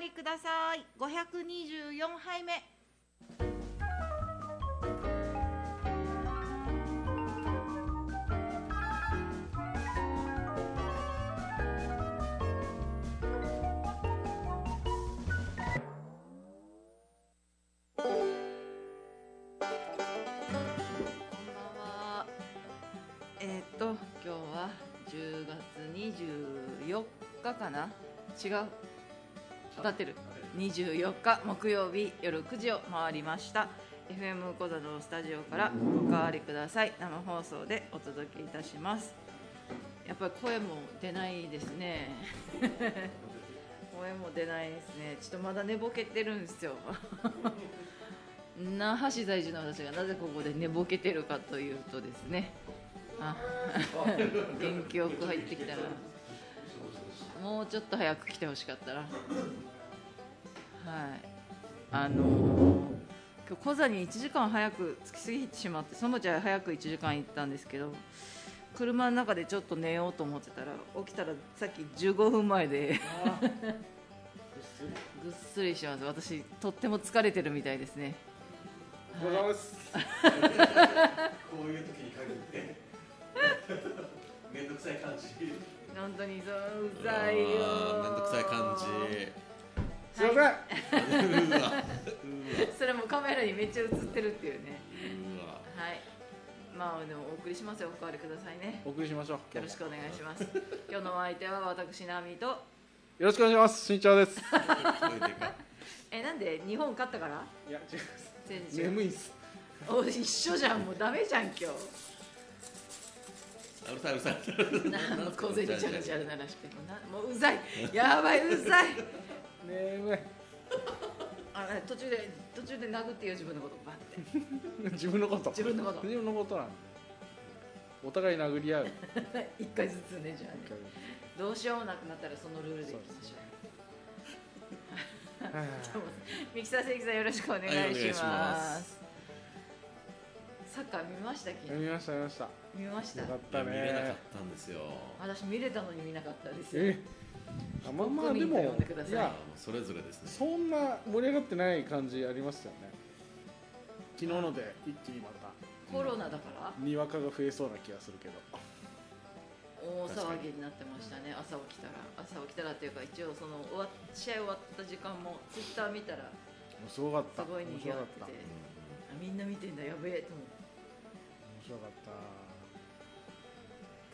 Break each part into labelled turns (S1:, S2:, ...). S1: りください524杯目こんばんは。えーっと今日は10月24日かな？違う。当たってる。24日木曜日夜9時を回りました。FM 小座のスタジオからおかわりください。生放送でお届けいたします。やっぱり声も出ないですね。 声も出ないですね。ちょっとまだ寝ぼけてるんですよ。 那覇市在住の私がなぜここで寝ぼけてるかというとですねあ元気よく入ってきたらもうちょっと早く来てほしかったなはいあのー今日小座に1時間早く着きすぎてしまってそのうち早く1時間行ったんですけど車の中でちょっと寝ようと思ってたら起きたらさっき15分前でぐっすりしてます私とっても疲れてるみたいですね
S2: おはようございます。こういう時に限って。めんどくさい感じ。
S1: 本当にそううざいよ
S2: めんどくさい感じ。
S1: すいません
S2: ん。うわ。うわ。
S1: それもカメラにめっちゃ映ってるっていうね
S2: うわ。
S1: はいまあでもお送りしますよお代わりくださいね
S2: お送りしましょう。
S1: よろしくお願いします今日のお相手は私ナミと
S2: よろしくお願いします。しんちゃんです。
S1: えなんで日本勝ったから
S2: いや、違います。
S1: 全然
S2: 眠いっす。
S1: お一緒じゃんもうダメじゃん今日
S3: うるさいうるさい。
S1: なんか小銭ジャルジャ
S3: ル。
S1: ル鳴らしてもなもううざいやばいうざい
S2: 眠
S1: あ途中で途中で殴ってよ自分のことバッて
S2: い。自分のこと。
S1: 自分のこと
S2: 自分のことなんで。お互い殴り合う。
S1: 一回ずつねじゃあどうしようもなくなったらそのルールでいきましょうミキサー関さんよろしくお願いし
S3: はいお願いし
S1: ます,、
S3: ます
S1: サッカー見ましたっけ
S2: 見ました、見ました。よ
S1: 見ました
S2: かった
S3: 見れなかっ
S2: ね。
S3: たんですよ。
S1: 私見れたのに見なかったですよ
S2: え。あまあまあ、でも。
S1: 国民と呼んでください
S2: い
S3: あ
S2: や
S3: もう。それぞれですね。
S2: そんな盛り上がってない感じありましたよね昨日ので一気にまた
S1: コロナだから
S2: にわかが増えそうな気がするけど
S1: 大騒ぎになってましたね朝起きたら朝起きたらっていうか一応その終わっ試合終わった時間もツイッター見たら
S2: すごかった
S1: すごい
S2: 面
S1: にぎ
S2: 白
S1: わ
S2: か
S1: っ
S2: ってた
S1: てあみん
S2: 面
S1: な見てんだやべえと思って
S2: 白かった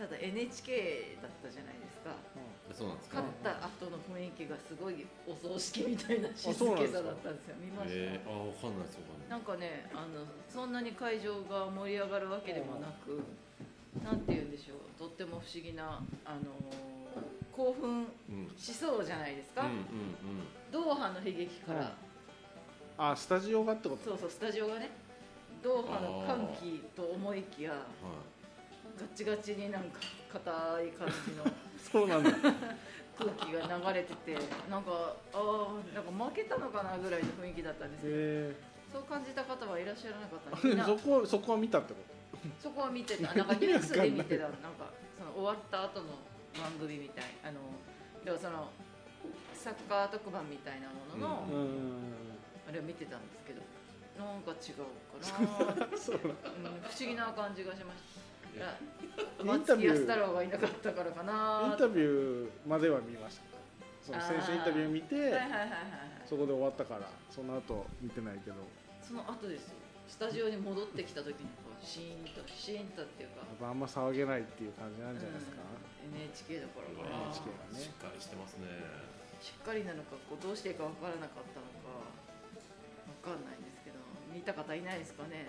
S1: だ NHK だったじゃないですか
S3: うんそうなんですか
S1: 勝っ。た後の雰囲気がすごいお葬式みたいな静
S2: そうな
S1: け
S2: んですか
S1: さだったんですよ見ました、
S3: えー、あわかんないですわかん
S1: な
S3: な。
S1: いんかねあのそんなに会場が盛り上がるわけでもなくなんて言うんでしょうとっても不思議な、あのー興奮
S3: うんうん
S1: しそうじゃないですか、
S3: うん
S1: ドーハの悲劇から、
S2: うんあスタジオがってこと
S1: そうそうスタジオがねドーハの歓喜と思いきや
S3: う
S1: ガチガチになんか硬い感じの
S2: そうなんだ
S1: 空気が流れててなんかああなんか負けたのかなぐらいの雰囲気だったんですけど、
S2: へ
S1: そう感じた方はいらっしゃらなかったん
S2: え
S1: でみんな
S2: そこそこは見たってこ
S1: そこは見てた、なんかニュースで見てた、なんかその終わった後の番組みたい、あの要はそのサッカー特番みたいなものの、
S2: と
S3: う
S2: うん
S1: あれを見てたんですけど、なんか違う かな、
S2: ーんそう
S1: うん不思議な感じがしました。
S2: インタ
S1: 松
S2: ビ
S1: 木
S2: ュー
S1: 安太郎がいなかったからか
S2: イ
S1: な
S2: ンタビューまでは見ましたその選手インタビュー見て
S1: はいはいはいはいはい
S2: そこで終わったからその後見てないけど
S1: その後ですよスタジオに戻ってきた時にこうシーンとシーンとっていうか
S2: やっぱあんま騒げないっていう感じなんじゃないですか、
S1: うん NHK だからかな
S3: NHK
S2: だね
S3: しっかりしてますね。
S1: しっかりなのかこうどうしていいか分からなかったのか分かんないんですけど見た方いないですかね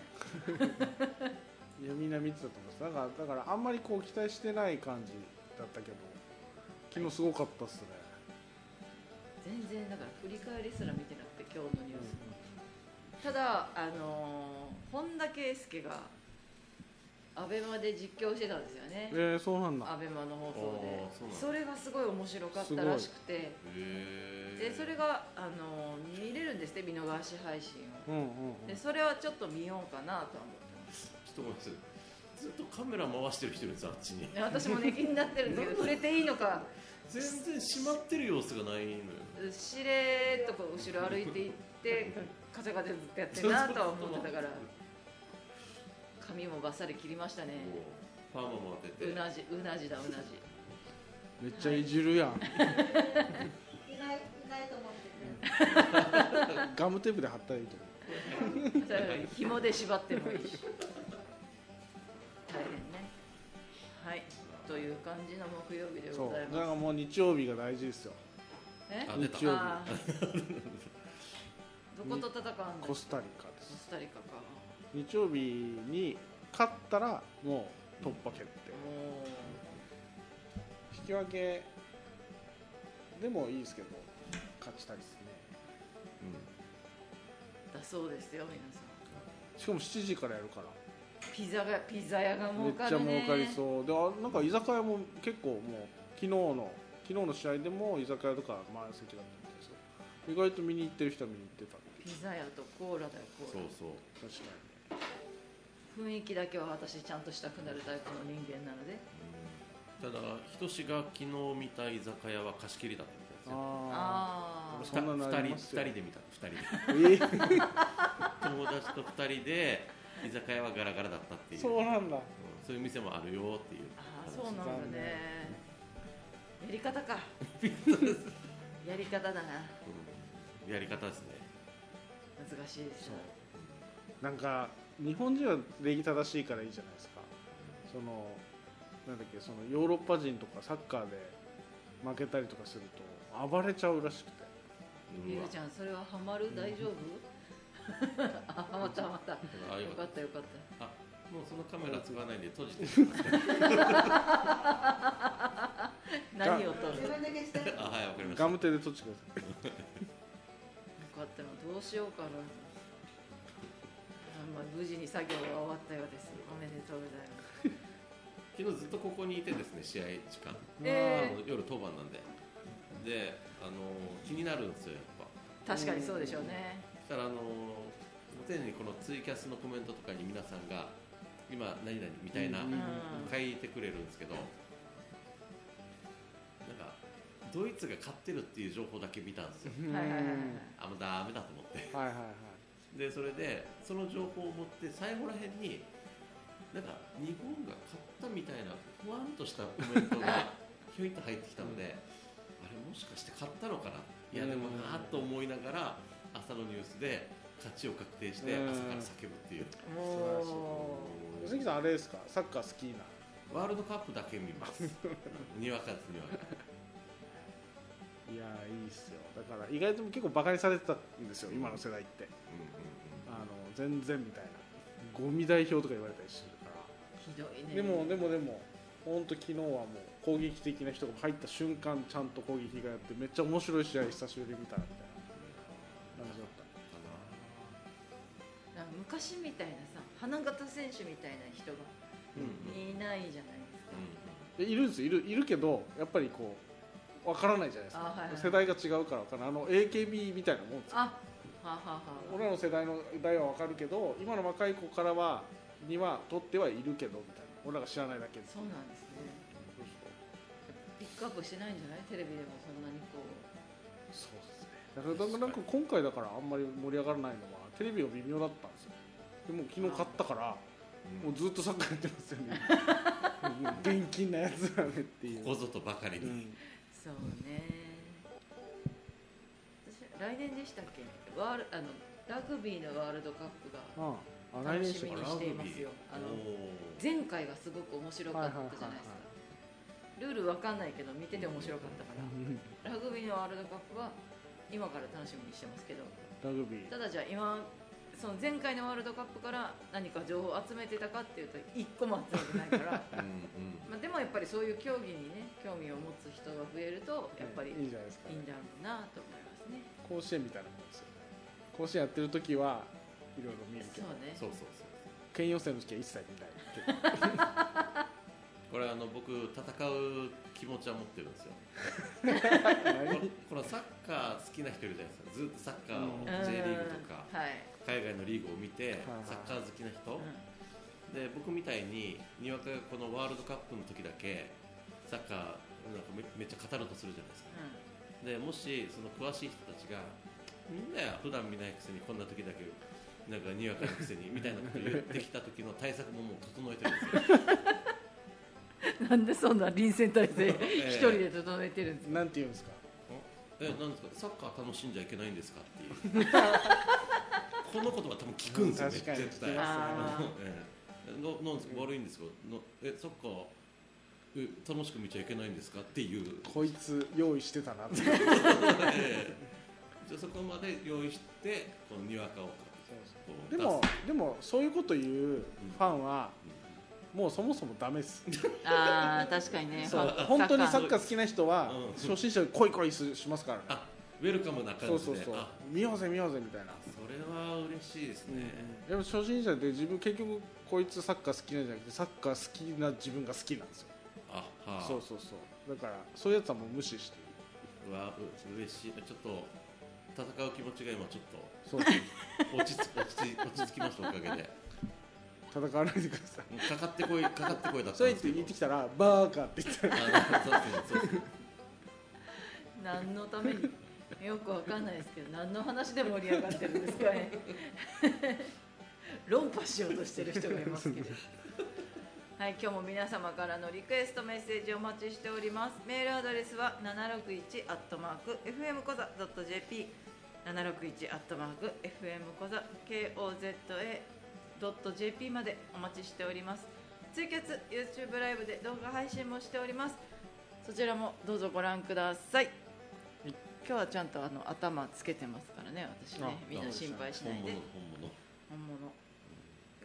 S2: いやみんな見てたと思いますだからだからあんまりこう期待してない感じだったけど昨日すごかったっすね、
S1: 全然だから振り返りすら見てなくて今日のニュース、ただあのー本田圭佑がアベマで実況してたんですよね
S2: えー、そうなんだ
S1: アベマの放送で
S3: あーそうなんだ
S1: それがすごい面白かったらしくて
S3: へえ
S1: でそれが、あのー見れるんですって見逃し配信
S2: うんうん、うん、
S1: をでそれはちょっと見ようかなとは思ってます
S3: ちょっとごめんなさい。ずっとカメラ回してる人いるんですあっちに。
S1: ね私もね気になってるんだけど触れていいのか
S3: 全然閉まってる様子がないのよ
S1: しれーっとこう後ろ歩いてい って風が出ずっとやってんなとは思ってたから髪もバッサリ切りましたね
S3: もうパーマも当てて
S1: うなじうなじだうなじ
S2: めっちゃいじるや ん、
S4: 意外意外と思ってくれる。
S2: ガムテープで貼ったらいいと思
S1: それより紐で縛ってもいいし大変ねはいという感じの木曜日で
S2: う
S1: ご
S2: そ
S1: ざいう
S2: だか
S1: ま
S2: らもう日曜日が大事ですよ
S1: すえ
S3: あ出た
S2: 日曜日
S1: あーどこと戦うんだ
S2: コ
S1: コス
S2: スタリカです
S1: タリカか
S2: 日曜日に勝ったらもう突破決定
S1: も
S2: 引き分けでもいいですけど勝ちたいですね
S3: う
S1: うだそうですよ皆さん
S2: しかも7時からやるから
S1: ピザがピザ屋が
S2: め
S1: 儲
S2: っち
S1: か
S2: ゃ
S1: る
S2: 儲
S1: ね
S2: かりそうであなんか居酒屋も結構もう昨日の昨日の試合でも居酒屋とか満席だったみたいですよ意外と見に行ってる人は見に行ってたって
S1: ピザ屋とコーラだよコ
S3: ん
S1: ー
S3: そう
S1: ラ
S3: そう
S2: 確か
S1: 雰囲気だけは私ちゃんとしたくなるタイプの人間なので
S3: ただ仁が昨日見た居酒屋は貸し切りだったみたいです
S2: に
S3: よ
S1: あ
S2: あ
S1: あ
S2: ーそんなのあり
S3: 2人
S2: ますよ
S3: 二人で見た2人 で
S2: あーえ
S3: 友達と2人で居酒屋はガラガラだっ たってい
S2: ー
S3: う
S2: そうなんだ
S3: うんそういう店もあるよっていう
S1: ああ
S3: 話
S1: そうなんだねやり方かやり方だな
S3: うんやり方ですね
S1: 難しいですよ
S2: なんか日本人は礼儀正しいからいいじゃないですかそのなんだっけそのヨーロッパ人とかサッカーで負けたりとかすると暴れちゃうらしくて
S1: ゆうちゃんそれはハマる大丈夫 あハマったハマった
S3: ああよ
S1: よ
S3: か
S1: か
S3: っ
S1: ったよかった
S3: たあもうそのカメラ使わないんで閉じて
S1: 何を撮る
S4: 自分だけしてる。
S3: あはいわかりました
S2: ガムテで取ってください
S1: よかったなどうしようかなあまあ無事に作業が終わったようですおめでとうございます
S3: 昨日ずっとここにいてですね試合時間あ
S1: え
S3: の夜当番なんでであの気になるんですよやっぱ
S1: ー、確かにそうでしょうね
S3: そしたらあの常にこのツイキャスのコメントとかに皆さんが今何々みたいな
S2: うん
S3: 書いてくれるんですけどなんかドイツが勝ってるっていう情報だけ見たんですよ
S1: はいはいはいはいはい
S3: あもうダメだと思って
S2: はいはいはい
S3: でそれでその情報を持って最後らへんになんか日本が勝ったみたいなふわんとしたコメン トがひょいっと入ってきたので、あれもしかして勝ったのかないやでもなあと思いながら朝のニュースで勝ちを確定して
S2: うん
S3: 朝から叫ぶっていう
S1: も
S2: 宇崎さんあれですかサッカー好きな
S3: ワールドカップだけ見ます にわかですにわか
S2: いやーいいっすよだから意外と結構バカにされてたんですよ今の世代って
S3: うん
S2: あの全然みたいなゴミ代表とか言われたりするから
S1: うひどいね
S2: でもでもでも本当昨日はもう攻撃的な人が入った瞬間ちゃんと攻撃がやってめっちゃ面白い試合久しぶりに見たなみたいな感じだっ
S1: なん
S2: た
S1: か昔みたいなさ花形選手みたいな人が
S3: うんう
S1: い
S3: んうんうんうん
S1: ないじゃないですか、
S2: でいるんですよいるいるけどやっぱりこうわからないじゃないですか、
S1: あはいはい
S2: 世代が違うからわからないあの AKB みたいなもんですよ
S1: あはあはあはあ
S2: 俺らの世代の代はわかるけど今の若い子からはには取ってはいるけどみたいな俺らが知らないだけで
S1: そうなんですねピックアップしてないんじゃないテレビでもそんなにこう
S2: そうですねだからなんかなんか今回だからあんまり盛り上がらないのはテレビが微妙だったんですよでも昨日買ったからもうずっとサッカーやってますよねもう現金なやつだねっていう
S3: ここぞとばかり
S2: う
S3: に、
S2: ん
S1: そうね私来年でしたっけワールあのラグビーのワールドカップが
S2: ああ来
S1: 楽
S2: 年
S1: し
S2: 生
S1: み
S3: か
S1: にしていますよあ
S3: あ
S1: の
S3: の
S1: 前回がすごく面白かったじゃないですか
S2: はいはいはい
S1: ルールわかんないけど見てて面白かったから、ラグビーのワールドカップは今から楽しみにしてますけど
S2: ラグビー
S1: ただじゃあ今その前回のワールドカップから何か情報を集めてたかっていうと一個も集めてないからま
S3: うんうん
S1: あでもやっぱりそういう競技にね興味を持つ人が増えるとやっぱりいいん
S2: いいじゃないですか、
S1: だろうなと思いますね。
S2: 甲子園みたいなもんですよね甲子園やってる時はいろいろ見る
S1: そ
S2: けど
S1: うね
S3: そうそうそう
S2: 県予選の時は一切見ないけど
S3: これあの僕戦う気持ちは持ってるんですよ こ
S2: 何
S3: のこのサッカー好きな人いるじゃないですかずっとサッカー
S2: うん
S3: を J リーグとか
S1: うんはい、
S3: 海外のリーグを見て
S2: はいはい
S3: サッカー好きな
S1: う
S3: 人
S1: ん
S3: で僕みたいににわかがこのワールドカップの時だけサッカーなんかめめっちゃ語るとするじゃないですかでもしその詳しい人たちがみんな普段見ないくせにこんな時だけなんかにわかのくせにみたいなこと言ってきた時の対策ももう整えてるん ですよ
S1: うんなんでそんな臨戦態勢
S3: ええ
S1: 一人で整えてるんですか
S2: なんて言うんですか
S3: えなんですかサッカー楽しんじゃいけないんですかっ ていうこのことは多分聞くんですよね
S2: 確かに
S3: 絶対
S2: 聞き
S3: あ
S2: ま
S1: あ
S3: のええのなんですか悪いんですかのえサッカーえ楽しく見ちゃいけないんですかっていう
S2: こいつ用意してたなって
S3: ええじゃあそこまで用意してこのにわかをこう
S2: でもでもそういうこと言うファンは
S3: 出すうん
S2: もうそもそもダメです
S1: あー確かにね
S2: そ
S1: フ
S2: う
S1: ァ
S2: 本当にサ
S1: サ
S2: ッ
S1: ッ
S2: カ
S1: カ
S2: ー好きな人は
S3: うん
S2: 初心者で恋恋しますからね
S3: あウェルカムな
S2: そ
S3: 感
S2: う
S3: じで
S2: そうそう
S3: あ
S2: 見ようぜ見ようぜみたいな
S3: それは嬉しいですね、
S2: でも初心者で自分結局こいつサッカー好きなんじゃなくてサッカー好きな自分が好きなんですよ
S3: あはあ
S2: そうそうそうだからそういうやつはもう無視して
S3: うわう嬉しいちょっと戦う気持ちが今ちょっ
S2: そうそう
S3: と落ち着落ち着落ち着きましたおかげで
S2: 戦わないでください
S3: もうかかってこいかかってこいだった
S2: そ
S3: ん
S2: れ言
S3: で
S2: っ
S3: す
S2: て
S3: け
S2: 言
S3: ど
S2: ってきたらバーカって言ったら
S3: あそうですねそうですね
S1: ー何のためによくわかんないですけど何の話で盛り上がってるんですかね論破しようとしてる人がいます けどはい、今日も皆様からのリクエストメッセージをお待ちしております。メールアドレスは七六一アットマーク fm コザドット jp 七六一アットマーク fm コザ k o z a ドット jp までお待ちしております。ツイキャス YouTube ライブで動画配信もしております。そちらもどうぞご覧ください。今日はちゃんとあの頭つけてますからね、私ね
S2: あ、
S1: みんな心配しな
S3: 本
S1: いで
S3: 物。本
S1: 本
S3: 物
S1: 物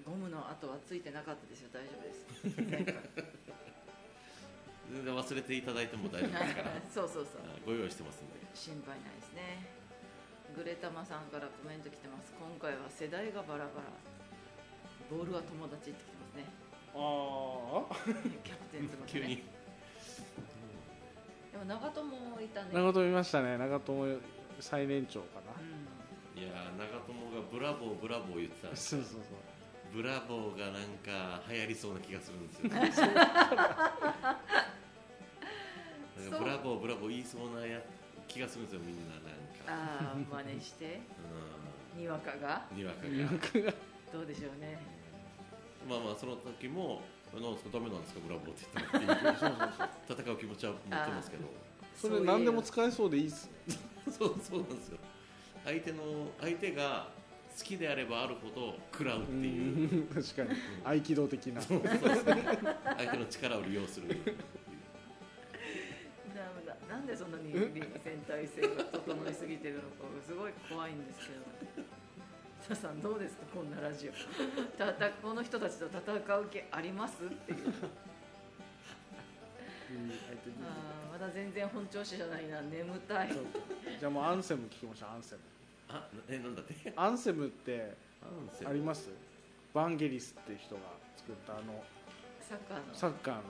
S1: ゴムの跡はついてなかったですよ大丈夫です 前回
S3: 全然忘れていただいても大丈夫です から
S1: そうそうそう
S3: あご用意してますんで
S1: 心配ないですねグレタマさんからコメント来てます今回は世代がバラバラボールは友達って来てますね
S2: ああ
S1: キャプテン翼
S3: 急
S1: ね
S3: に
S1: でも長友もいたね
S2: 長友見ましたね長友最年長か
S1: うん
S3: いやー長友がブラボーブラボー言ってたん
S2: な
S3: です
S2: そうそうそう
S3: ブラボーがなんか流行り そうな気がするんですよねなんか
S1: そう
S3: ブラボーブラボー言いそうなや気がするんですよみんななんか
S1: ああ真似してにわかが
S3: うんにわか
S2: にわ
S3: が
S1: どうでしょうね
S3: まあまあその時も「なんですかダメなんですかブラボー」って言ったらっていう戦う気持ちは持ってますけど
S2: そ
S1: そう
S2: れ
S1: いう
S2: 何でも使えそうでいいっす
S3: そうそうなんですよ相手の相手が好きであればあるほど食らうっていう
S2: うん 確かに合気道的な
S3: そうそうですね相手の力を利用する
S1: なななんでそんなに臨戦態勢が整いすぎてるのかすごい怖いんですけど皆さんどうですかこんなラジオたたこの人たちと戦う気ありますっていう
S2: うん相手に
S1: あーまだ全然本調子じゃないな眠たい
S2: そうじゃあもうアンセム聞きましょうアンセム
S3: あなえなんだって
S2: アンセムってあり
S3: ま
S2: ますバンゲリスって人が作ったあの
S1: サッカーの
S2: サッカーの
S3: は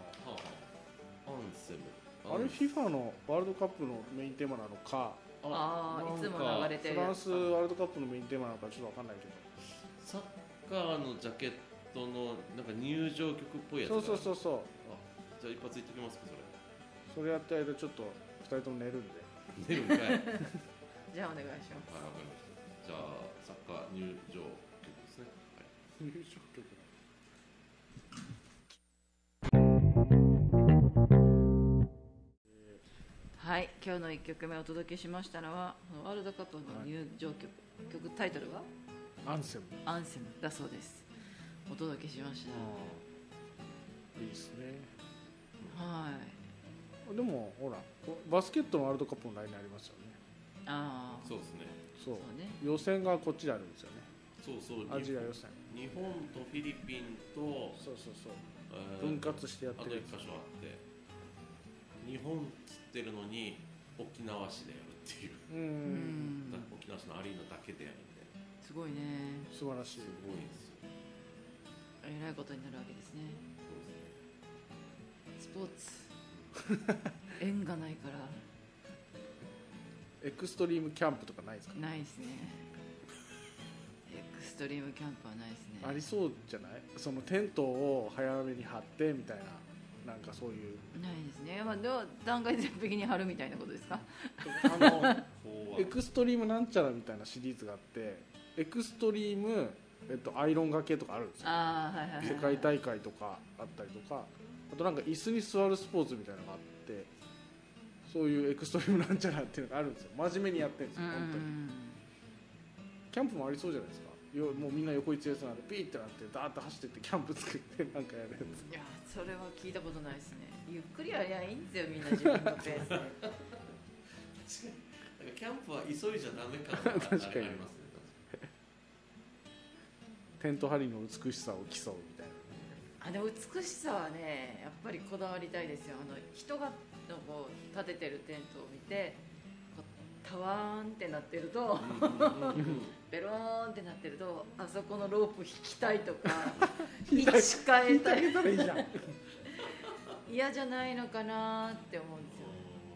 S3: あ、アンセム
S2: あれ FIFA のワールドカップのメインテーマなのか
S1: ああいつも流れて
S2: フ
S1: る
S2: ランスワールドカップのメインテーマなのかちょっと分かんないけど
S3: サッカーのジャケットのなんか入場曲っぽいやつ
S2: そうそう
S3: う
S2: そうそう
S3: じゃあ一発いっときますか
S2: それやってる間ちょっと2人とも寝るんで
S3: それ出るん かいはいわかり
S1: じゃあお願いしま
S3: ましたじゃあサッカー入場曲ですね
S2: 優勝曲
S1: すはい今日の1曲目お届けしましたのはこのワールドカップの入場曲、曲タイトルは
S2: アンセム
S1: 「アンセム」だそうですお届けしました、
S2: いいですね
S1: はい
S2: でもほらバスケットのワールドカップも来年ありますよね
S1: ああ
S3: そうですね
S2: そう
S1: そうね
S2: 予選がこっちであるんですよね
S3: そうそう
S2: アジア予選
S3: 日本とフィリピンと、
S2: そうそうそう
S3: えー
S2: 分割してやっ
S3: あ
S2: て
S3: と
S2: る
S3: 一箇所あって日本っつってるのに沖縄市でやるっていう、
S2: う
S1: うんん
S3: 沖縄市のアリーナだけでやるんです
S1: ごいね
S2: 素晴らしい
S3: すごいんですよ
S1: えらいことになるわけですね
S3: そうですね
S1: スポーツ 縁がないから
S2: エクストリームキャンプとかないですか
S1: ないですねエクストリームキャンプはないですね
S2: ありそうじゃないそのテントを早めに張ってみたいななんかそう いう
S1: ないですね、まあ、では断崖絶壁に貼るみたいなことですか
S2: あの
S3: 法
S2: エ
S3: 案
S2: クストリームなんちゃらみたいなシリーズがあってエクストリーム、えっと、アイロンがけとかあるんですよ
S1: ああはいはい、はい、
S2: 世界大会とかあったりとかあとなんか椅子に座るスポーツみたいなのがあってそういうエクストリームなんちゃらっていうのがあるんですよ真面目にやってるんです
S1: う
S2: よ
S1: んうんう
S2: 本当に
S1: ん
S2: キャンプもありそうじゃないですかよもうみんな横一列なんでピーってなってダーッと走ってってキャンプ作ってなんかやるやつ
S1: いやそれは聞いたことないですねゆっくりやりゃいいんですよみんな自分のペースで
S3: なんかキャンプは急いじゃダメかな 確
S2: かに
S3: ありますね
S2: テント張りの美しさを競うみたい
S1: あでも美しさはねやっぱりこだわりたいですよあの人がのこう立ててるテントを見てこうタワーンってなってると
S3: うんうんうんうん
S1: ベローンってなってるとあそこのロープ引きたいとか
S2: 引
S1: 位
S2: い
S1: 置
S2: たい
S1: 変えたい
S2: ないいじゃん
S1: 嫌じゃないのかなって思うんですよ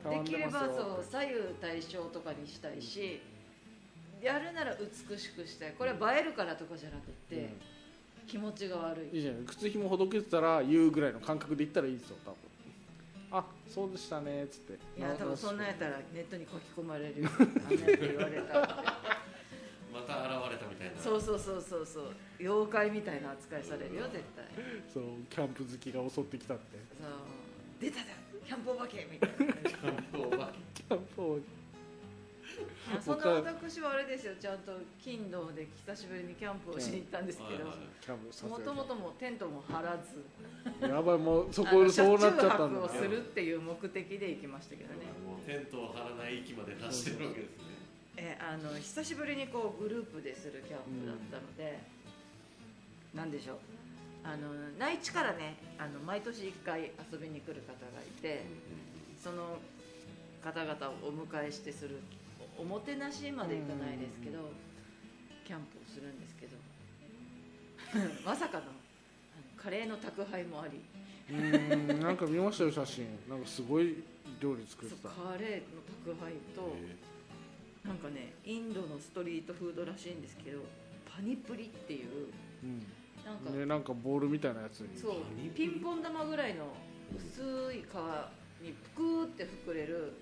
S2: 変わん
S1: でき
S2: で
S1: れ
S2: ます
S1: ば
S2: よ
S1: そう左右対称とかにしたいし、やるなら美しくしたいこれは映えるからとかじゃなくて、気持ちが悪
S2: いい
S1: い
S2: じゃん靴ひもほどけてたら言うぐらいの感覚で言ったらいいですよ多分あそうでしたねっつって
S1: いや多分そんなんやった
S2: ら
S1: らネットに書き込まれるよあんなやつ言われたって
S3: また現れたみたいな
S1: そうそうそうそうそう妖怪みたいな扱いされるよ絶対
S2: そうキャンプ好きが襲ってきたって
S1: そう出ただキャンプお化けみたいな 感じ
S3: キャンプお化け
S2: キャンプを
S1: あそんな私はあれですよちゃんと勤労で久しぶりにキャンプをしに行ったんですけ
S3: はい
S1: ど
S3: はい
S2: キャンプさ
S1: もともともテントも張らず
S2: せるやばいもうそ
S1: あ
S2: こ
S1: の
S2: そうなっちゃった
S1: 車中
S2: ん
S1: 泊を
S2: だ
S1: するっていう目的で行きましたけどね
S3: もうテントを張らない域まで達してるわけですね
S1: えあの久しぶりにこうグループでするキャンプだったので、なんでしょうあの内地からねあの毎年1回遊びに来る方がいてその方々をお迎えしてするおおもてなしまでいかないですけど、キャンプをするんですけど まさかのあのカレーの宅配もあり
S2: うーんなんか見ましたよ写真なんかすごい料理作って
S1: そう
S2: た
S1: カレーの宅配と。
S3: え
S1: なんかねインドのストリートフードらしいんですけどパニプリっていう
S2: うん
S1: なんか、
S2: ねなんかボールみたいなやつに
S1: そう
S3: パニプ
S1: ピ
S3: リ
S1: ンポン玉ぐらいの薄い皮にぷくーって膨れる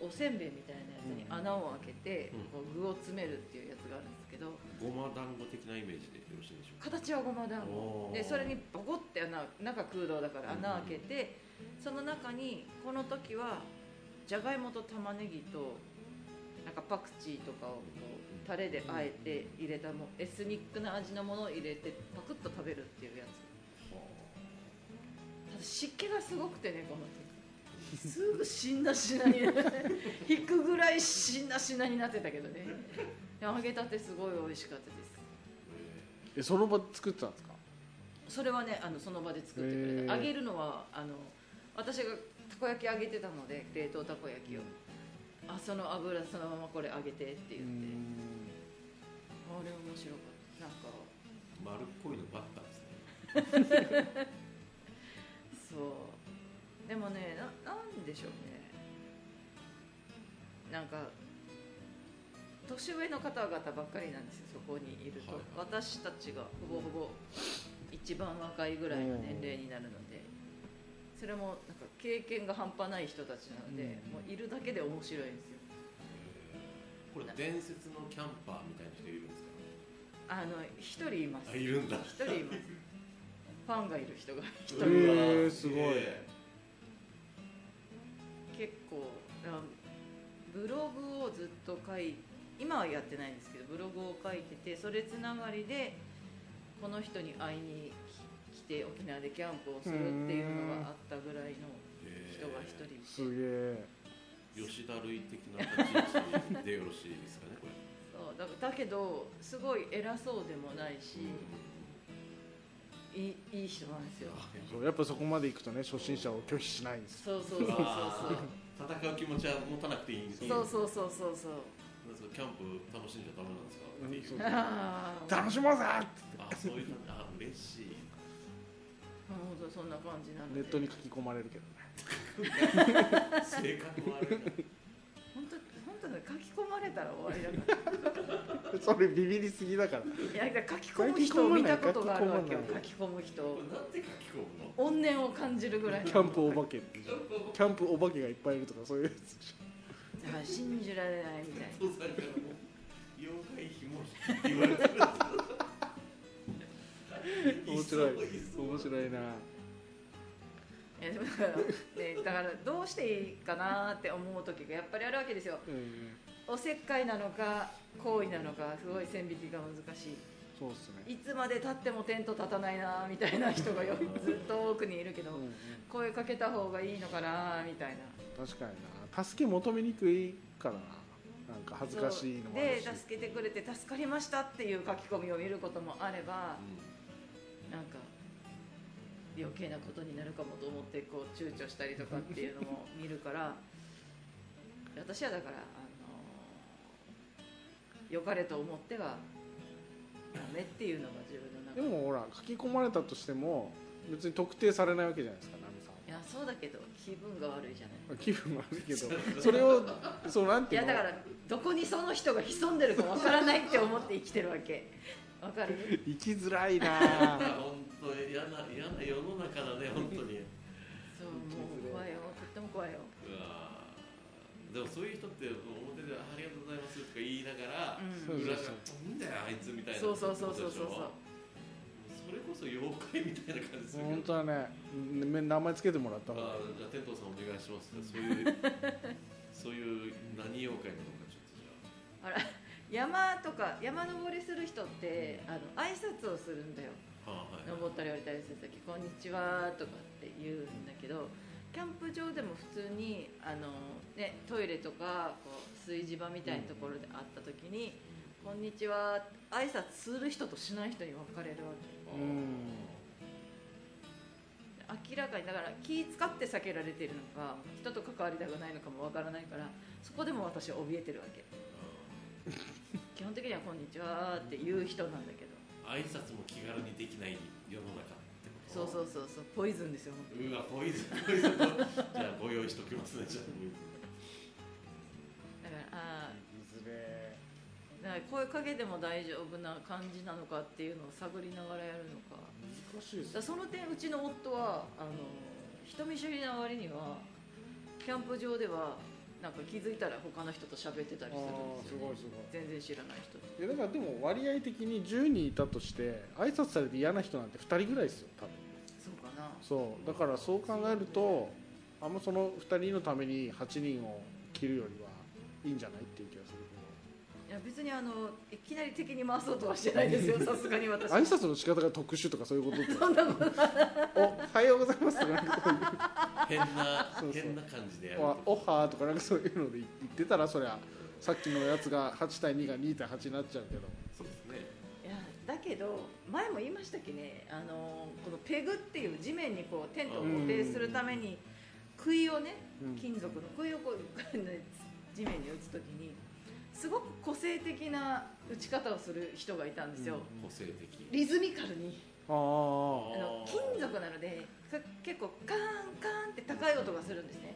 S1: おせんべいみたいなやつに穴を開けて、
S3: うん
S1: こう具を詰めるっていうやつがあるんですけど
S3: ごま団子的なイメージでよろしいでしょうか
S1: 形はごま団子
S3: おー
S1: でそれにボコって穴中空洞だから穴開けて、その中にこの時はじゃがいもと玉ねぎとなんかパクチーとかをこうタレであえて入れたもうエスニックな味のものを入れてパクッと食べるっていうやつただ湿気がすごくてねこの時すぐしんなしなに 引くぐらいしんなしなになってたけどねで揚げたてすごい美味しかったです
S2: えその場で作ってたんですか
S1: それはねあのその場で作ってくれた
S2: へー
S1: 揚げるのはあの私がたこ焼き揚げてたので冷凍たこ焼きを、あその油そのままこれ揚げてって言って、
S2: うーん
S1: あれ面白かったなんか
S3: 丸っこいのばっかですね
S1: そうでもねななんでしょうねなんか年上の方々ばっかりなんですよそこにいると、
S3: はい
S1: 私たちがほぼほぼ一番若いぐらいの年齢になるので、それもなんか経験が半端ない人たちなので、
S2: うん
S1: もういるだけで面白いんですよ
S3: これ伝説のキャンパーみたいな人いるんですか
S1: あの一人います
S3: あいるんだ
S1: 一人いますファンがいる人が一人
S2: へーすごい
S3: え
S1: 結構あブログをずっと書い今はやってないんですけどブログを書いててそれつながりでこの人に会いにき来て沖縄でキャンプをするっていうのがあったぐらいの
S3: え
S1: 人が一人いて
S2: すげえ
S3: 吉田類的な立ち位置でよろしいですかねこれ
S1: そうだだけどすごい偉そうでもないしいいいい人なんですよ
S2: そうやっぱそこまで行くとね初心者を拒否しないんです
S1: そうそうそうそう
S3: 戦う気持ちは持たなくていいんです
S1: そうそうそうそうそう そう
S3: なんですかキャンプ楽しんじゃダメなんですかっていう
S2: うんそう
S1: ああ
S2: 楽しもうぜ
S3: あそういう感じあ嬉しい
S1: 本当そんな感じなので
S2: ネットに書き込まれるけどね
S3: 性格悪いな
S1: 本当本当ね書き込まれたら終わりだから
S2: それビビりすぎだから
S1: いやだから書き込む人を見たことがあるわけよ書
S2: 書
S1: き込む人
S3: これなんて書き込むの
S1: 怨念を感じるぐらい
S2: キ
S1: の
S2: ャンプお化けって
S3: キャンプ
S2: キャンプお化けがいっぱいいるとかそういうやつ
S1: だから信じられないみたいな
S3: 父さんからも妖怪ひもしって言われてる
S2: 面白い
S3: そう
S2: 面白いな
S1: えだからでだからどうしていいかなって思う時がやっぱりあるわけですよ
S2: うん
S1: おせっかいなのか行為なのかすごい線引きが難し
S2: そうっすね
S1: いいつまでたってもテント立たないなみたいな人がよずっと多くにいるけど
S2: うんうん
S1: 声かけた方がいいのかなみたいな
S2: 確かにな助け求めにくいからななんか恥ずかしいのもあるし
S1: そうで助けてくれて助かりましたっていう書き込みを見ることもあればなんか余計なことになるかもと思ってこう躊躇したりとかっていうのも見るから 私はだからあの良かれと思ってはダメっていうのが自分の中
S2: で
S1: で
S2: もほら書き込まれたとしても別に特定されないわけじゃないですか奈美さんはい
S1: やそうだけど気分が悪いじゃない
S2: 気分もあるけどそれをそうなん
S1: い
S2: てい
S1: や
S2: うの
S1: だからどこにその人が潜んでるかわからないって思って生きてるわけわかる
S2: 生きづらいな
S3: あ本当に嫌な嫌な世の中だね本当に
S1: そうもう怖いよとっても怖いよ
S3: うわーでもそういう人って表で「ありがとうございます」とか言いながら、
S1: うん
S2: そう
S3: 裏が「飛んだよあいつ」みたいな
S1: そうそうそうそうそうそう
S3: それこそ妖怪みたいな感じするけ
S2: 本
S3: ど
S2: 当はねね名前つけてもらった方が
S3: あーじゃあ天童さんお願いしますってそういうそういう何妖怪なのかちょっとじゃあ
S1: 山とか山登りする人ってあの挨拶をするんだよ
S3: あーはい
S1: 登ったり降りたりする時「こんにちは」とかって言うんだけどキャンプ場でも普通にあの、ね、トイレとかこう炊事場みたいなところで会った時に「こんにちは」挨拶する人としない人に分かれるわ
S3: あー
S2: うん
S1: け明らかにだから気使って避けられてるのか人と関わりたくないのかも分からないからそこでも私は怯えてるわけ基本的には「こんにちは」って言う人なんだけど
S3: あー挨拶も気軽にできない世の中ってこと
S1: そうそうそうそうポイズンですよ本当に
S3: うわポイズンポイズンじゃあご用意しときますねじゃあポイズン
S1: だからあー
S2: いずれ
S1: だから声かけても大丈夫な感じなのかっていうのを探りながらやるのか
S2: 難しいで
S1: だ
S2: す
S1: からその点うちの夫はあの人見知りな割にはキャンプ場ではなんか気づいたら他の人と喋ってた
S2: あ
S1: りするん
S2: ー
S1: ですすよ、ね
S2: ごいすごい
S1: 全然知らない人と
S2: いやだからでも割合的に10人いたとして挨拶されて嫌な人なんて2人ぐらいですよ多分
S1: そうかな
S2: そうだからそう考えるとあんまその2人のために8人を切るよりはいいんじゃないっていう気がする
S1: いや別にあのいきなり敵に回そうとはしてない ですよさすがに私
S2: けど挨拶の仕方が特殊とかそういうことっ て
S1: そんなこと
S2: おはようございますとかなんかそういう
S3: 変な
S2: そうそう
S3: 変な感じでやる
S2: おおはーとかなんかそういうので言ってたらそりゃさっきのやつが8対2が2対8になっちゃうけど
S3: そうですね
S1: いやだけど前も言いましたっけねあのこのペグっていう地面にこうテントを固定するために杭をね
S2: うん
S1: 金属の杭をこう ね地面に打つ時にすごく個性的な打ち方をする人がいたんですよ、
S2: うん
S3: 個性的
S1: リズミカルに
S2: あ
S1: あの
S3: あー
S1: 金属なのでか結構カーンカーンって高い音がするんですね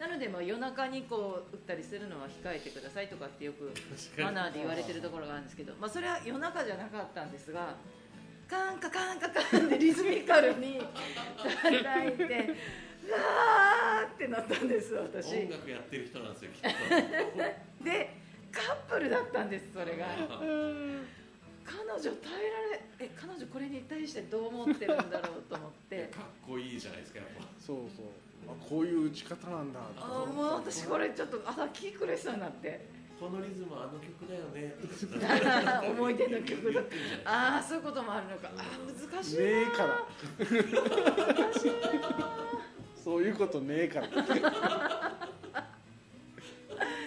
S1: なのでまあ夜中にこう打ったりするのは控えてくださいとかってよく
S3: 確
S1: マ
S3: かに
S1: ナーで言われてるところがあるんですけど、まあ、それは夜中じゃなかったんですがカンカカンカカンでリズミカルに叩いて「わー!」ってなったんです私
S3: 音楽やってる人なんですよきっと
S1: でカップルだったんですそれが
S2: あうん
S1: 彼女耐えられえ彼女これに対してどう思ってるんだろうと思っ
S3: いや
S1: て
S3: かっこいいじゃないですかやっぱ
S2: そうそうあこういう打ち方なんだと
S1: あ
S2: か
S1: ーもう私これちょっと朝気狂いそうになって
S3: このリズムはあの曲だよねとか
S1: 思い出の曲だ
S3: 言ってるじゃない
S1: ああそういうこともあるのかあー難しい
S2: ね
S1: な
S2: え
S1: ー
S2: からそういうことねえから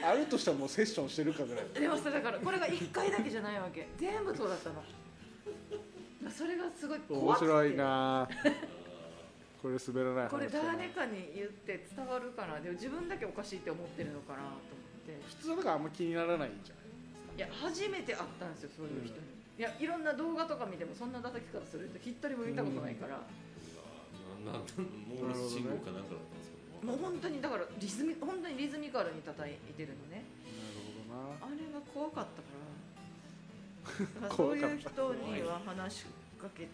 S2: あるとしたらもうセッションしてるかぐらい
S1: でもさだからこれが1回だけじゃないわけ全部そうだったのそれがすごい怖
S2: 面
S1: くて
S2: 白いなこれ滑らない話
S1: これ
S2: だな
S1: 誰かに言って伝わるかなでも自分だけおかしいって思ってるのかなと思っ
S2: 普通だからあんま気にならないんじゃない
S1: ていや初めて会ったんですよそういう人に、いやいろんな動画とか見てもそんな叩き方する人一人も見たことないから、
S3: うわななんモールス信号かなんかだったんですけ
S1: も
S3: ど
S1: う本当にだからリズミ本当にリズミカルに叩いてるのね
S2: なるほどな
S1: あれが怖かったからだか らそう
S2: 怖かった
S1: いう人には話しかけ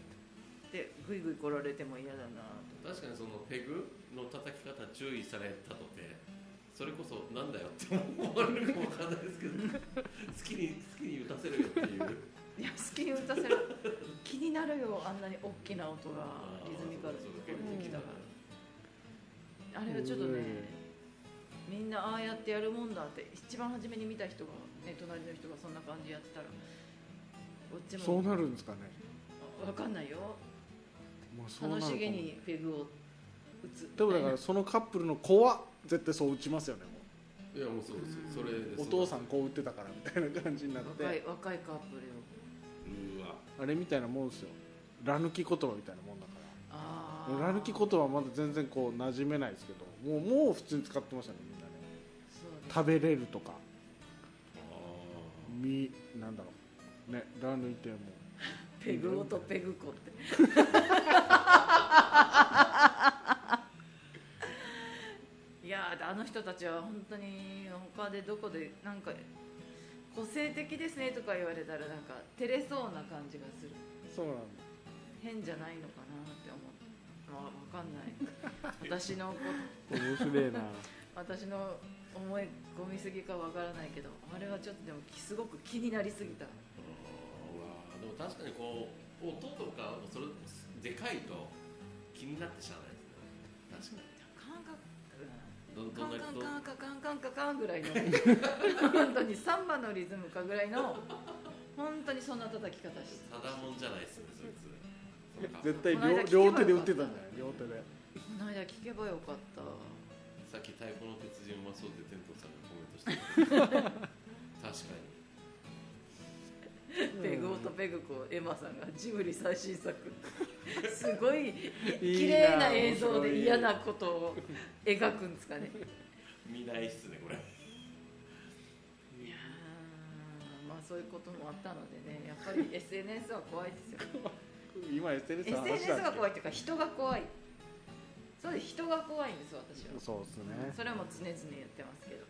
S1: てぐいぐい来られても嫌だな
S3: 確かにそのペグの叩き方注意されたとてそれこそなんだよって思われるかもわかんないですけど 好きに好きに打たせるよっていう
S1: といや好きに打たせる気になるよあんなに大きな音がリズミカルに
S3: そう
S1: 聞こえてきたら
S3: そう
S1: あれはちょっとねみんなああやってやるもんだって一番初めに見た人が、ね、隣の人がそんな感じやってたらこっち
S2: そう
S1: も
S2: なるんですかね、
S1: 分かんないよ
S2: まあ、そうな
S1: 楽
S2: るか
S1: し
S2: も
S1: げにペグを打つ
S2: でもだからそのカップルの子は絶対そう打ちますよねも
S3: いやもうそうですそれで
S2: うお父さんこう打ってたからみたいな感じになっ
S1: 若い
S2: て
S1: 若いカップルを
S3: うわ
S2: あれみたいなもんですよら抜き言葉みたいなもんだから
S1: あ
S2: もう
S1: あ
S2: ら抜き言葉はまだ全然こう馴染めないですけどもうもう普通に使ってましたねみんなね
S1: そう
S2: 食べれるとか
S3: あー
S2: みなんだろうねら抜いても
S1: ですペグ男ペグ子っていやーであの人たちは本当に他でどこでなんか個性的ですねとか言われたらなんか照れそうな感じがする
S2: そうなんだ
S1: 変じゃないのかなって思うまあわかんない私のこ
S2: 面白いな
S1: 私の思い込みすぎかわからないけどあれはちょっとでもすごく気になりすぎた
S3: あーでも確かにこう音とかそれでかいと気になってしゃあないですね
S1: 感覚カン
S3: 確かにどんどんなどん
S1: カンカンカンカンカンカンカンぐらいの本当にサンバのリズムかぐらいの本当にそんな叩き方して
S3: ただもんじゃないですねそいつそのカッ
S2: 絶
S3: プ
S2: 対
S1: この間聞けば
S2: 両
S1: よかった
S2: 両手で打ってたんだよ両手で
S1: この間聞けばよかった
S3: さっき太鼓の鉄人うまそうで天童さんがコメントし てた確かに
S1: ペグオとペグコエマさんがジブリ最新作すごい
S2: いい
S1: 綺麗な映
S2: 面白い
S1: 像で嫌なことを描くんですかね
S3: 見ないっすねこれ
S1: いやーまあそういうこともあったのでねやっぱり SNS は怖いですよ
S2: 今 SNS の話だっけ
S1: SNS が怖いっていうか人が怖いそうです人が怖いんです私は
S2: そうですね
S1: それはもう常々言ってますけど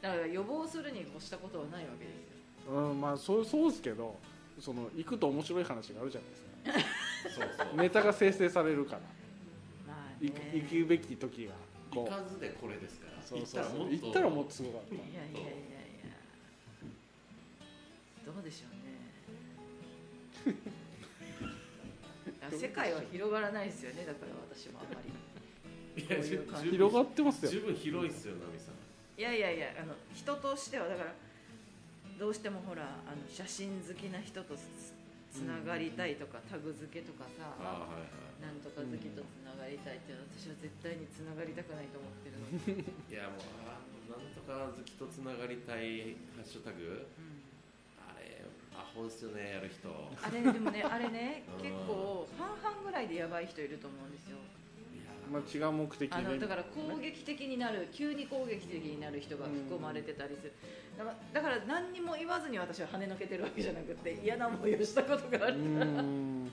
S1: だから予防するに越したことはないわけですよ
S2: うんまあそうそうですけどその行くと面白い話があるじゃないですか
S3: そうそう
S2: ネタが生成されるから
S1: まあ
S2: 行く行くべき時が
S3: 行
S2: こ
S3: かずでこれですから
S2: うそうそうそう行
S3: 行
S2: っ
S3: っ
S2: たた
S3: ら
S2: ら
S3: も
S2: もっ
S3: っと
S2: とすごかった
S1: いやいやいやいやどうでしょう ねだから世界は広がらないですよねだから私もあんまり
S3: いや
S1: こういう感じ
S2: 広がってますよ
S3: 十分広いっすよナミさん
S1: いやいやいやあの人としてはだからどうしてもほらあの写真好きな人とつつながりたいとか、タグ付けとかさ
S3: ああはいは
S1: なんとか好きとつながりたいっていうのは私は絶対につながりたくないと思ってる ので、
S3: いいやもうあのなんとか好きとつながりたいハッシュタグ
S1: うん
S3: あれアホですよねやる人い
S1: あれでもねあれね
S3: うん
S1: 結構半々ぐらいでやばい人いると思うんですよ
S3: や
S2: まあ、違う目的で
S1: あのだから攻撃的になる急に攻撃的になる人が含まれてたりするだからだから何にも言わずに私は跳ねのけてるわけじゃなくて嫌な思いをしたことがあ
S2: う
S1: る
S2: ーん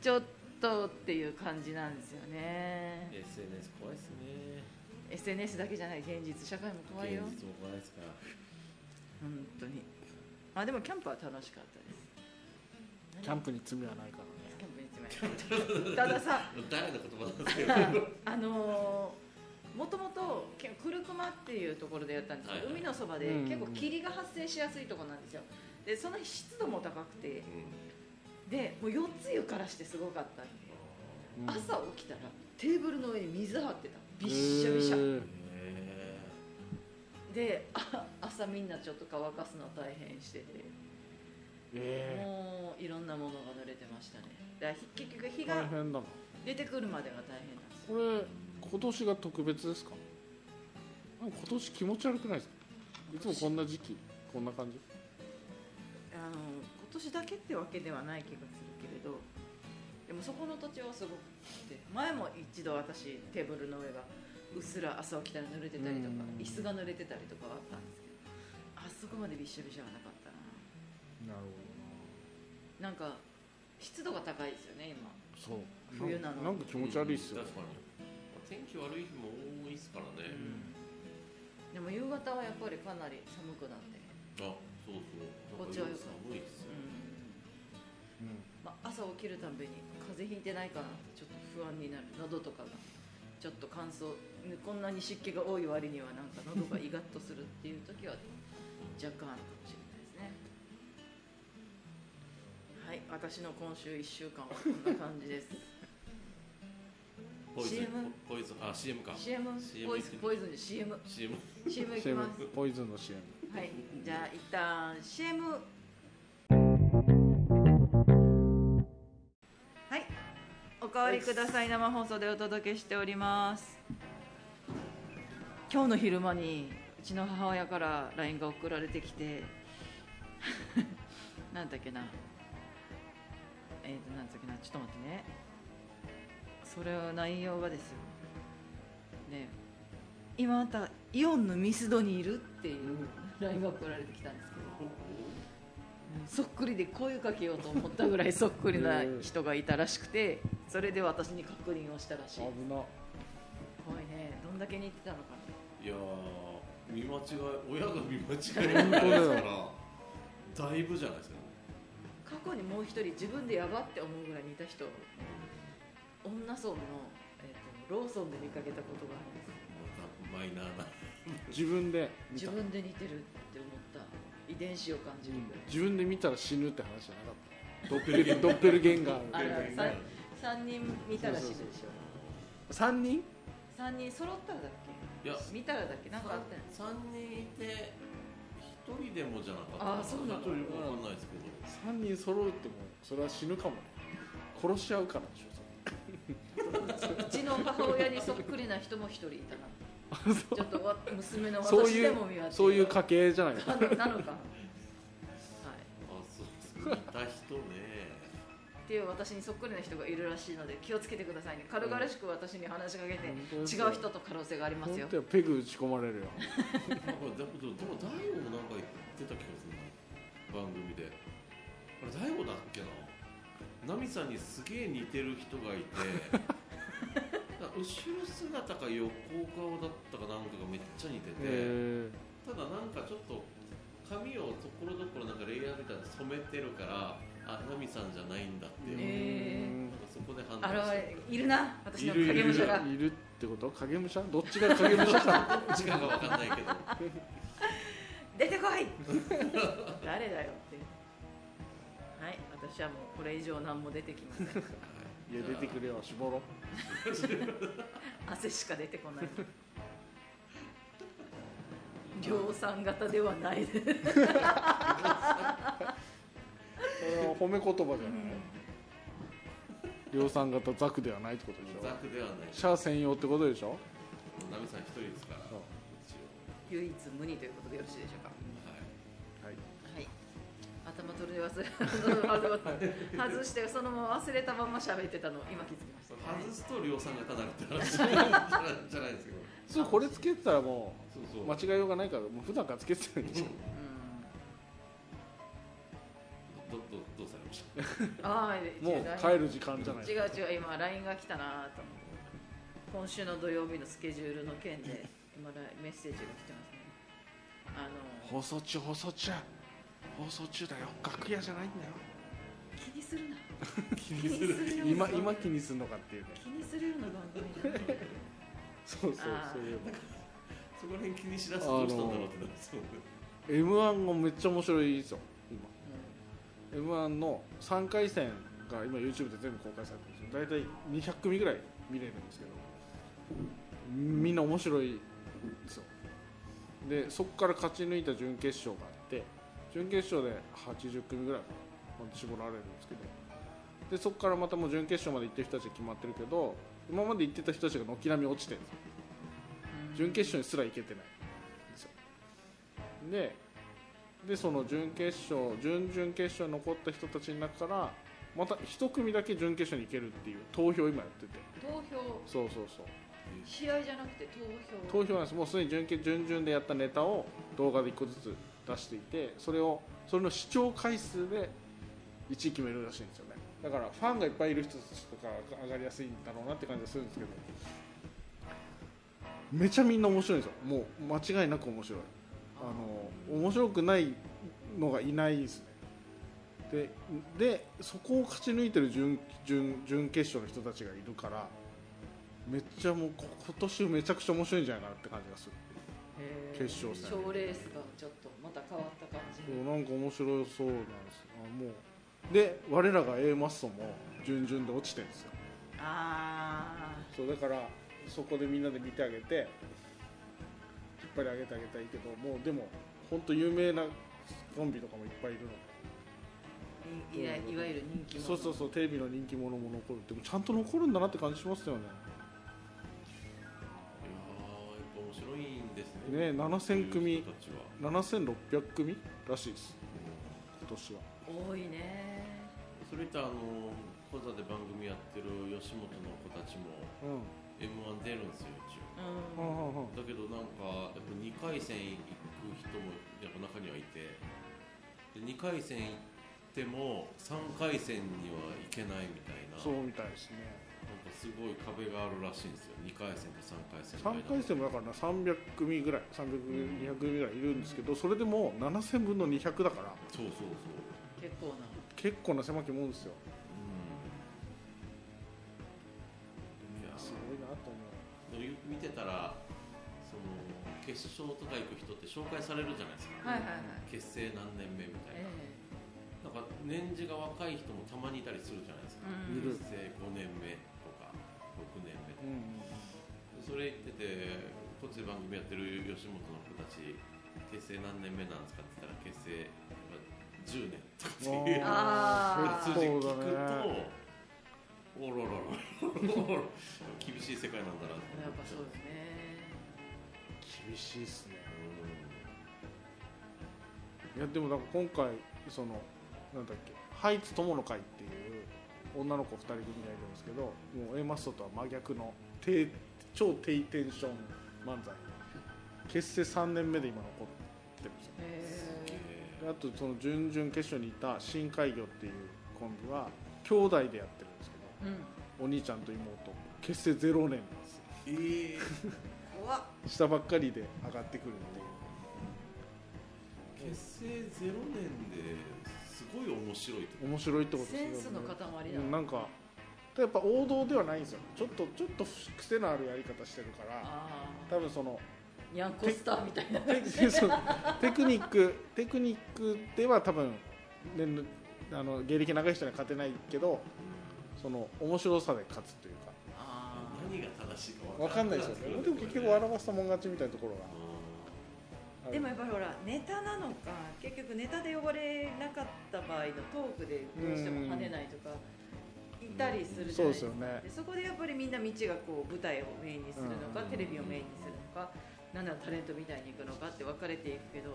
S1: ちょっとっていう感じなんですよね
S3: SNS 怖いっすね
S1: SNS だけじゃない現実社会も怖いよ
S3: 現実も怖いっすから
S1: 本当にあでもキャンプは楽しかったです
S2: キャンプに罪はないからね
S1: キャンプに行 ってまいりましたたださ
S3: 誰の言葉なんです けどは
S1: あのーもともとけクルクマっていうところでやったんですけど、
S3: はいはい
S1: 海のそばで
S2: うんうん
S1: 結構霧が発生しやすいところなんですよでその日湿度も高くてでもう夜つ湯からしてすごかった、
S2: うん
S1: 朝起きたらテーブルの上に水張ってたびっしゃびしゃ
S2: へー
S3: え
S1: であ朝みんなちょっと乾かすの大変してて
S2: え
S1: もういろんなものが濡れてましたねだから結局
S2: ー
S1: 日
S2: 大
S1: が
S2: 変だな
S1: 出てくるまでが大変なんですよ
S2: これ今年が特別ですかなんか今年気持ち悪くないですかいつもこんな時期こんな感じ
S1: あの今年だけってわけではない気がするけれどでもそこの土地はすごくて前も一度私テーブルの上がうっすら朝起きたら濡れてたりとか
S2: うん
S1: 椅子が濡れてたりとかはあったんですけどあそこまでびっしょびしょはなかったな
S2: なる
S1: なんか湿度が高いですよね今
S2: ほどそう
S1: 冬なのに
S2: んか気持ち悪いっすよ、
S3: うん確かにまあ天気悪い日も多いっすからね、
S1: でも夕方はやっぱりかなり寒くなって
S3: あそうそうなんか夜寒いっすよ
S2: う
S1: まあ、朝起きるたんびに風邪ひいてないかなってちょっと不安になる喉とかがちょっと乾燥ねこんなに湿気が多い割にはなんか喉がイガッとするっていう時は若干あるかもしれないですねはい私の今週1週間はこんな感じです
S3: ポイズン
S1: CM
S3: ポイズンあ CM か
S1: CM ポイズンポイズンで CMCM
S3: CM
S1: い
S2: ん、
S1: きます
S2: CM ポイズンの CM
S1: はいじゃあ一旦 CM はいおかわりください生放送でお届けしております今日の昼間にうちの母親から LINE が送られてきて なんだっけなえっ、となんだっけなちょっと待ってねそれは内容がですよね今あんたイオンのミスドにいるっていう LINE が送られてきたんですけどそっくりで声かけようと思ったぐらいそっくりな人がいたらしくてそれで私に確認をしたらしい
S2: 危な
S1: 怖いねどんだけ似てたのか
S3: いやー見間違え親が 見間違えるぐらいですからだいぶじゃないですか
S1: 過去にもう一人自分でやばって思うぐらい似た人女村の、えー、とローソンで見かけたことがあるんです
S3: またマイナーな
S2: 自分で見
S1: 自
S2: た
S1: 分で似てるって思った遺伝子を感じるぐらい、
S2: 自分で見たら死ぬって話じゃなかったドッペルゲンドッペルゲンガ
S1: あ
S2: ー
S1: るあるさ
S3: はい
S1: 3人見たら死ぬでしょ
S2: 3人
S1: 3人揃ったらだっけ
S3: いや
S1: 見たらだっけなんかあったよね
S3: 三人いて一人でもじゃなかった
S1: あーそうなの
S3: ちょっとよくわかんないですけど
S2: 3人揃うってもうそれは死ぬかもね殺し合うからでしょそれ
S1: うちの母親にそっくりな人も一人いた なちょっとわ娘の
S2: そう
S1: 私
S2: い
S1: で
S2: う
S1: も見分け
S2: そういう家系じゃない
S1: な
S2: か
S1: の なのか、はい、
S3: あそうそういた人ね
S1: っていう私にそっくりな人がいるらしいので気をつけてくださいね軽々しく私に話しかけて、
S2: 本当
S1: 違う
S2: ですよ
S1: 人と可能性がありますよ
S2: 本当よペグ打ち込まれるよ
S3: なんかでもでもでも大悟もなんか言ってた気がするな番組であれ大悟だっけな奈美さんにすげえ似てる人がいて なんか後ろ姿か横顔だったかなんかがめっちゃ似てて、
S2: え
S3: ただなんかちょっと髪をところどころなんかレイヤーみたいなの染めてるからあ奈美さんじゃないんだっていう、
S1: え
S3: なんかそこで判
S1: 現
S3: 断して
S1: れいるな私の影
S2: い
S1: 武
S2: る
S1: 者が
S2: いるってこと影武者どっちが影武者か
S3: 時間がわかんないけど
S1: 出てこい誰だよってはい私はもうこれ以上何も出てきません
S2: いや出てくれよ絞ろう
S1: 汗しか出てこない量産型ではないです
S2: それは褒め言葉じゃない量産型ザクではないってことでしょ
S3: ザクではない
S2: シャア専用ってことでしょ
S3: 奈美さん一人ですから
S2: そう
S3: 一応
S1: 唯一無二ということでよろしいでしょうか
S3: はい
S2: はい
S1: はい頭取り忘れ外してそのまま忘れたまま喋ってたのを今気づきました、
S3: 外すと量産がただるって話じゃないじゃないですけど
S2: そうこれつけてたらも
S3: そう
S2: う
S3: そう、
S2: 間違いようがないからもう普段からつけてるんでしょ
S3: どどどうされました
S1: うんああ
S2: もう帰る時間じゃない
S1: 違う違う今 LINE が来たなと思って今週の土曜日のスケジュールの件で今ラインメッセージが来てますねあの
S2: 放送中放送中放送中だよ楽屋じゃないんだよ
S1: 気にするな
S2: 気
S1: にするよ
S2: 今今気にするのかっていうね
S1: 気にするような番組じゃない
S2: そうそう
S1: あー
S2: そういう
S3: そこら辺気にしだすとどうしたんだろうってなりそう
S2: m 1がめっちゃ面白いですよ今 m 1の3回戦が今 YouTube で全部公開されてるんですよ大体200組ぐらい見れるんですけどみんな面白いですよでそこから勝ち抜いた準決勝があって準決勝で80組ぐらいかなまあ絞られるんですけどでそこからまたもう準決勝まで行ってる人たちが決まってるけど今まで行ってた人たちが軒並み落ちてるんですよ準決勝にすら行けてないんですよででその準決勝準々決勝に残った人たちの中からまた一組だけ準決勝に行けるっていう投票を今やってて
S1: 投票
S2: そうそうそう
S1: 試合じゃなくて投票
S2: 投票なんですもうすでに準決準々でやったネタを動画で1個ずつ出していてそれをそれの視聴回数で1位決めるらしいんですよねだからファンがいっぱいいる人たちとかが上がりやすいんだろうなって感じがするんですけどめちゃみんな面白いんですよもう間違いなく面白いあの面白くないのがいないですねででそこを勝ち抜いてる準準準決勝の人たちがいるからめっちゃもうこ今年めちゃくちゃ面白いんじゃないかなって感じがする
S1: へー
S2: 決勝戦
S1: 賞レースがちょっとまた変わった感じ
S2: そうなんか面白そうなんですあもうで我らが A マッソも準々で落ちてるんですよ
S1: あ
S2: そうだからそこでみんなで見てあげて引っ張り上げてあげたいけどもうでも本当有名なコンビとかもいっぱいいるので
S1: あいいわいわゆる人気者
S2: そうそうそうテレビの人気者も残るでもちゃんと残るんだなって感じしますよね
S3: いやーやっぱ面白いんです
S2: ねえ
S3: ね
S2: 7000組
S3: こういう人たちは
S2: 7600組らしいです今年は
S1: 多いね
S3: それとあの講座で番組やってる吉本の子たちも
S2: うん
S3: m 1出るんですよ一応
S1: うん
S2: はあはあは
S3: だけどなんかやっぱ2回戦行く人もやっぱ中にはいてで2回戦行っても3回戦には行けないみたいな
S2: あそうみたいですね
S3: なんかすごい壁があるらしいんですよ2回戦と3回戦
S2: 3回戦もだからな300組ぐらい300200組ぐらいいるんですけどそれでも7000分の200だから
S3: そうそうそう
S1: 結構な
S2: 結構な狭きもんですよ
S3: うんいや
S2: すごいなと思う
S3: でもよく見てたらその決勝とか行く人って紹介されるじゃないですか、
S1: はいはいはい
S3: 結成何年目みたい
S1: え
S3: な、なんか年次が若い人もたまにいたりするじゃないですか、
S1: うん
S2: いる
S3: 結成5年目とか6年目と
S2: う
S3: か
S2: ん
S3: でそれ言っててこっちで番組やってる吉本の子たち結成何年目なんですかって言ったら結成まあ10年とかってい
S1: あ
S3: う
S1: ーあー
S2: そう
S3: 数字聞くと、
S2: だね
S3: おろろろろ厳しい世界なんだなって
S1: えやっぱそうですね
S2: 厳しいですね
S3: う
S2: いやでもなんか今回そのなんだっけハイツ友の会っていう女の子2人組がいるんですけどもう A マストとは真逆の低超低テンション漫才結成3年目で今残ってるんですよ
S1: へ
S3: ん
S1: え
S3: え
S2: であとその準々決勝にいた深海魚っていうコンビは兄弟でやってるんですけ
S1: うん
S2: どお兄ちゃんと妹結成0年なんですよ
S3: ーえ
S1: 怖っ
S2: 下ばっかりで上がってくるっていう
S3: ー結成0年ですごい面白いと
S2: 面白いってことです
S1: センスの塊だ
S2: うんなんかやっぱ王道ではないんですよちょっとちょっと癖のあるやり方してるから
S1: ああ
S2: 多分その
S1: ニャンコスターみたいな
S2: テそう テクニックテクニックでは多分年あの芸歴長い人には勝てないけどその面白さで勝つというか
S1: あ
S3: 何が正しいか
S2: 分かんないですよねでも結局表したもん勝ちみたいなところがあ
S1: あ
S2: る
S1: でもやっぱりほらネタなのか結局ネタで呼ばれなかった場合のトークでどうしても跳ねないとかいたりするじ
S2: そ
S1: ゃ
S2: う
S1: ない
S2: で
S1: ですかでそ
S2: すよね
S1: こでやっぱりみんな道がこう舞台をメインにするのか、
S3: うん
S1: テレビをメインにするのか、なんならタレントみたいに行くのかって分かれていくけど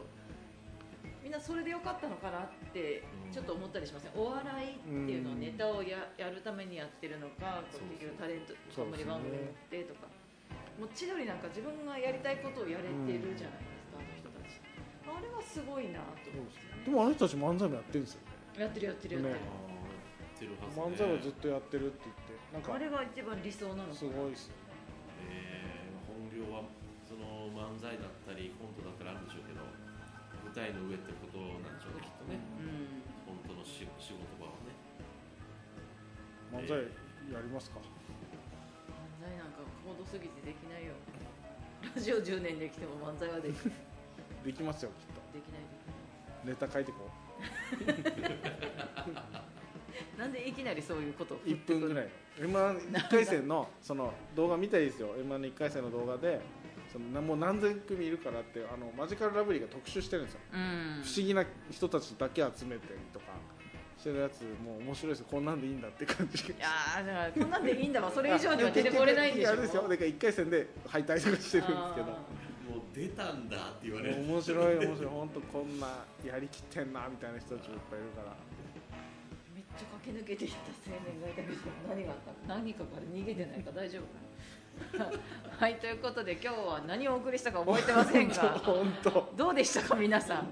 S1: みんなそれでよかったのかなって
S3: うん
S1: ちょっと思ったりしますねお笑いっていうのを
S2: うん
S1: ネタをややるためにやってるのかこう
S3: そうそう
S1: 結局タレント
S2: そうです
S1: 冠
S2: ね
S1: 番組持ってとかもう千鳥なんか自分がやりたいことをやれてるじゃないですか、あの人たちあれはすごいなと思うんですよね
S2: でもあの人たち漫才もやってるんですよ
S1: やってるやってるやってる、
S2: ね
S3: てるはず、
S2: 漫
S3: ね、
S2: 才はずっとやってるって言って
S1: あ
S2: なんか
S1: れが一番理想なの
S2: す
S1: かな
S2: ごいですよね
S3: えー本業はその漫才だったりコントだったりあるんでしょうけど舞台の上ってことなんでしょうねきっとね
S1: うん
S3: 本当の仕仕事場はね
S2: 漫才やりますか
S1: 漫才なんか高度すぎてできないよラジオ10年できても漫才はできできない
S2: できますよきっ
S1: できな
S2: とネタ書いてこう
S1: いなんでいきなりそういうことを振っ
S2: 一
S1: てく
S2: 分
S1: る
S2: ぐらいの M1 一回戦の その動画見たいですよ M1 の一回戦の動画でそのなもう何千組いるからってあのマジカルラブリーが特集してるんですよ、
S1: うん
S2: 不思議な人たちだけ集めてとかしてるやつもう面白いですよこんなんでいいんだって感じが
S1: いやーだからこんなんでいいんだわそれ以上には出てこれないんでしょ
S2: あれですよだから一回戦で敗退とかしてるんですけど
S1: あ
S3: もう出たんだって言われる
S2: 面白い面白い本当こんなやりきってんなみたいな人たちもいっぱいいるから
S1: ーめっちゃ駆け抜けていった青年がいたけど何があった何かから逃げてないか大丈夫かな はいということで今日は何をお送りしたか覚えてません が
S2: 本当
S1: どうでしたか皆さん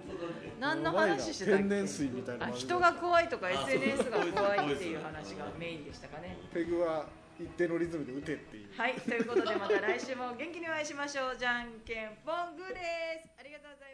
S1: 何の話してたっけ
S2: 天然水みたいな
S1: あ
S2: 感じで
S1: 人が怖いとか
S3: あそう
S1: SNS が怖いっていう話がメインでしたかね。
S2: ペグは一定のリズムで打てっていう
S1: はい、ということでまた来週も元気にお会いしましょう。じゃんけんぽんグーです。ありがとうございます。